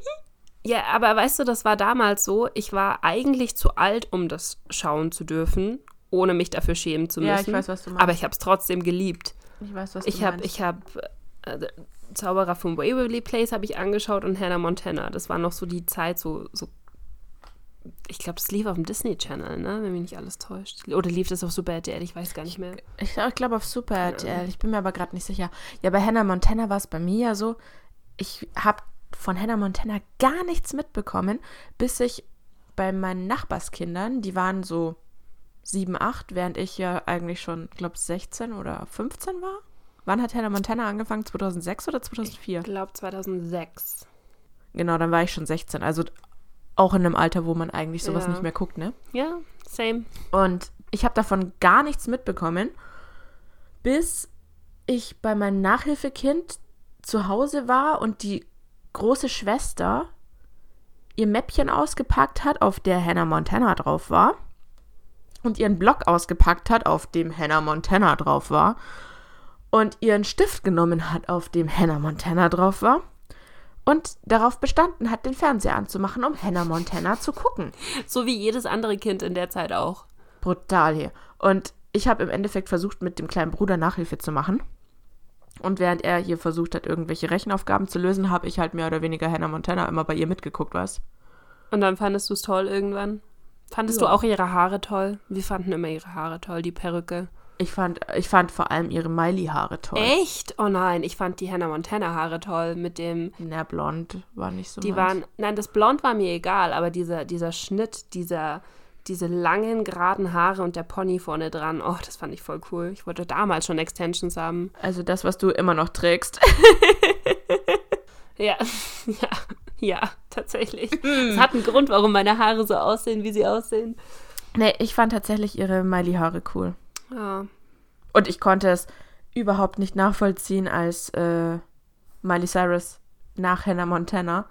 Speaker 1: ja, aber weißt du, das war damals so, ich war eigentlich zu alt, um das schauen zu dürfen, ohne mich dafür schämen zu müssen.
Speaker 2: Ja, ich weiß, was du meinst.
Speaker 1: Aber ich habe es trotzdem geliebt.
Speaker 2: ich weiß, was
Speaker 1: Ich habe ich hab, äh, Zauberer von Waverly Place habe ich angeschaut und Hannah Montana. Das war noch so die Zeit, so, so ich glaube, das lief auf dem Disney Channel, ne? wenn mich nicht alles täuscht. Oder lief das auf Super RTL, ich weiß gar nicht mehr.
Speaker 2: Ich, glaub- ich glaube auf Super RTL. Ich bin mir aber gerade nicht sicher. Ja, bei Hannah Montana war es bei mir ja so, ich habe von Hannah Montana gar nichts mitbekommen, bis ich bei meinen Nachbarskindern, die waren so sieben, acht, während ich ja eigentlich schon, glaube 16 oder 15 war. Wann hat Hannah Montana angefangen? 2006 oder 2004?
Speaker 1: Ich glaube 2006.
Speaker 2: Genau, dann war ich schon 16. Also auch in einem Alter, wo man eigentlich sowas
Speaker 1: Ja.
Speaker 2: nicht mehr guckt, ne?
Speaker 1: Ja, same.
Speaker 2: Und ich habe davon gar nichts mitbekommen, bis ich bei meinem Nachhilfekind zu Hause war und die große Schwester ihr Mäppchen ausgepackt hat, auf der Hannah Montana drauf war. Und ihren Block ausgepackt hat, auf dem Hannah Montana drauf war. Und ihren Stift genommen hat, auf dem Hannah Montana drauf war. Und darauf bestanden hat, den Fernseher anzumachen, um Hannah Montana zu gucken.
Speaker 1: So wie jedes andere Kind in der Zeit auch.
Speaker 2: brutal hier. Und ich habe im Endeffekt versucht, mit dem kleinen Bruder Nachhilfe zu machen. Und während er hier versucht hat, irgendwelche Rechenaufgaben zu lösen, habe ich halt mehr oder weniger Hannah Montana immer bei ihr mitgeguckt, was?
Speaker 1: Und dann fandest du es toll irgendwann? Fandest
Speaker 2: Ja.
Speaker 1: du auch ihre Haare toll? Wir fanden immer ihre Haare toll, die Perücke.
Speaker 2: Ich fand, ich fand vor allem ihre Miley-Haare toll.
Speaker 1: Echt? Oh nein, ich fand die Hannah Montana Haare toll mit dem
Speaker 2: Na, blond war nicht so
Speaker 1: die
Speaker 2: meins.
Speaker 1: waren nein, das Blond war mir egal, aber dieser dieser Schnitt, dieser diese langen geraden Haare und der Pony vorne dran. Oh, das fand ich voll cool. Ich wollte damals schon Extensions haben.
Speaker 2: Also das, was du immer noch trägst.
Speaker 1: Ja. Ja. Ja, tatsächlich. Es hat einen Grund, warum meine Haare so aussehen, wie sie aussehen.
Speaker 2: nee, ich fand tatsächlich ihre Miley-Haare cool.
Speaker 1: Ja.
Speaker 2: Und ich konnte es überhaupt nicht nachvollziehen, als äh, Miley Cyrus nach Hannah Montana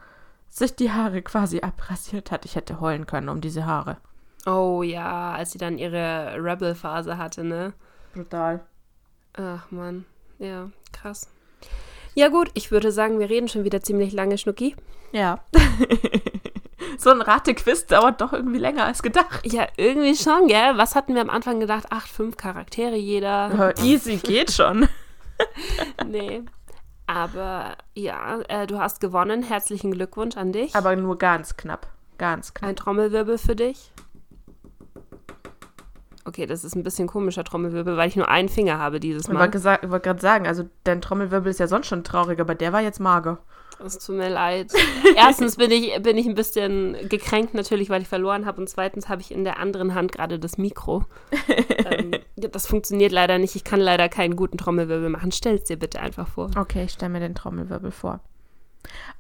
Speaker 2: sich die Haare quasi abrasiert hat. Ich hätte heulen können um diese Haare.
Speaker 1: Oh ja, als sie dann ihre Rebel Phase hatte, ne?
Speaker 2: Brutal.
Speaker 1: Ach man, ja, krass. Ja gut, ich würde sagen, wir reden schon wieder ziemlich lange, Schnucki.
Speaker 2: Ja. so ein Ratequiz dauert doch irgendwie länger als gedacht.
Speaker 1: Ja, irgendwie schon, gell? Was hatten wir am Anfang gedacht? Acht, fünf Charaktere jeder.
Speaker 2: Easy geht schon.
Speaker 1: nee. Aber ja, äh, du hast gewonnen. Herzlichen Glückwunsch an dich.
Speaker 2: Aber nur ganz knapp. Ganz knapp.
Speaker 1: Ein Trommelwirbel für dich. Okay, das ist ein bisschen komischer Trommelwirbel, weil ich nur einen Finger habe dieses
Speaker 2: Ich wollte
Speaker 1: Mal.
Speaker 2: gesa- ich wollte gerade sagen, also dein Trommelwirbel ist ja sonst schon traurig, aber der war jetzt mager.
Speaker 1: Es tut mir leid. Erstens bin ich, bin ich ein bisschen gekränkt natürlich, weil ich verloren habe. Und zweitens habe ich in der anderen Hand gerade das Mikro. ähm, ja, das funktioniert leider nicht. Ich kann leider keinen guten Trommelwirbel machen. Stell es dir bitte einfach vor.
Speaker 2: Okay, ich stelle mir den Trommelwirbel vor.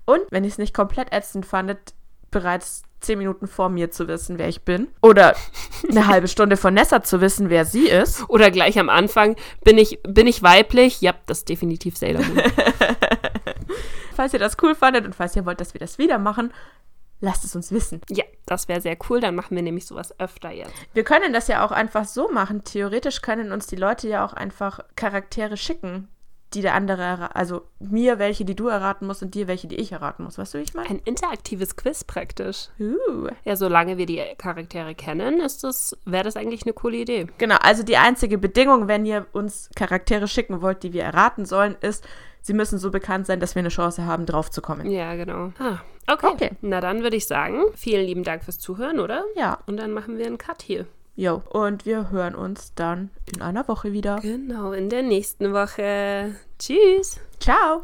Speaker 2: Und wenn ich es nicht komplett ätzend fandet, bereits zehn Minuten vor mir zu wissen, wer ich bin. Oder eine halbe Stunde von Nessa zu wissen, wer sie ist.
Speaker 1: Oder gleich am Anfang, bin ich, bin ich weiblich? Ja, das ist definitiv Sailor Moon.
Speaker 2: Falls ihr das cool fandet und falls ihr wollt, dass wir das wieder machen, lasst es uns wissen.
Speaker 1: ja, das wäre sehr cool. Dann machen wir nämlich sowas öfter jetzt.
Speaker 2: Wir können das ja auch einfach so machen. Theoretisch können uns die Leute ja auch einfach Charaktere schicken, die der andere, erra- also mir welche, die du erraten musst und dir welche, die ich erraten muss. Weißt du, wie ich meine?
Speaker 1: Ein interaktives Quiz praktisch.
Speaker 2: Uh.
Speaker 1: Ja, solange wir die Charaktere kennen, ist das, wäre das eigentlich eine coole Idee.
Speaker 2: Genau, also die einzige Bedingung, wenn ihr uns Charaktere schicken wollt, die wir erraten sollen, ist, sie müssen so bekannt sein, dass wir eine Chance haben, drauf zu kommen.
Speaker 1: Ja, genau. Ah, okay.
Speaker 2: Okay.
Speaker 1: Na dann würde ich sagen, vielen lieben Dank fürs Zuhören, oder?
Speaker 2: Ja,
Speaker 1: Und dann machen wir einen Cut hier.
Speaker 2: jo. Und wir hören uns dann in einer Woche wieder.
Speaker 1: Genau, in der nächsten Woche. Tschüss.
Speaker 2: Ciao!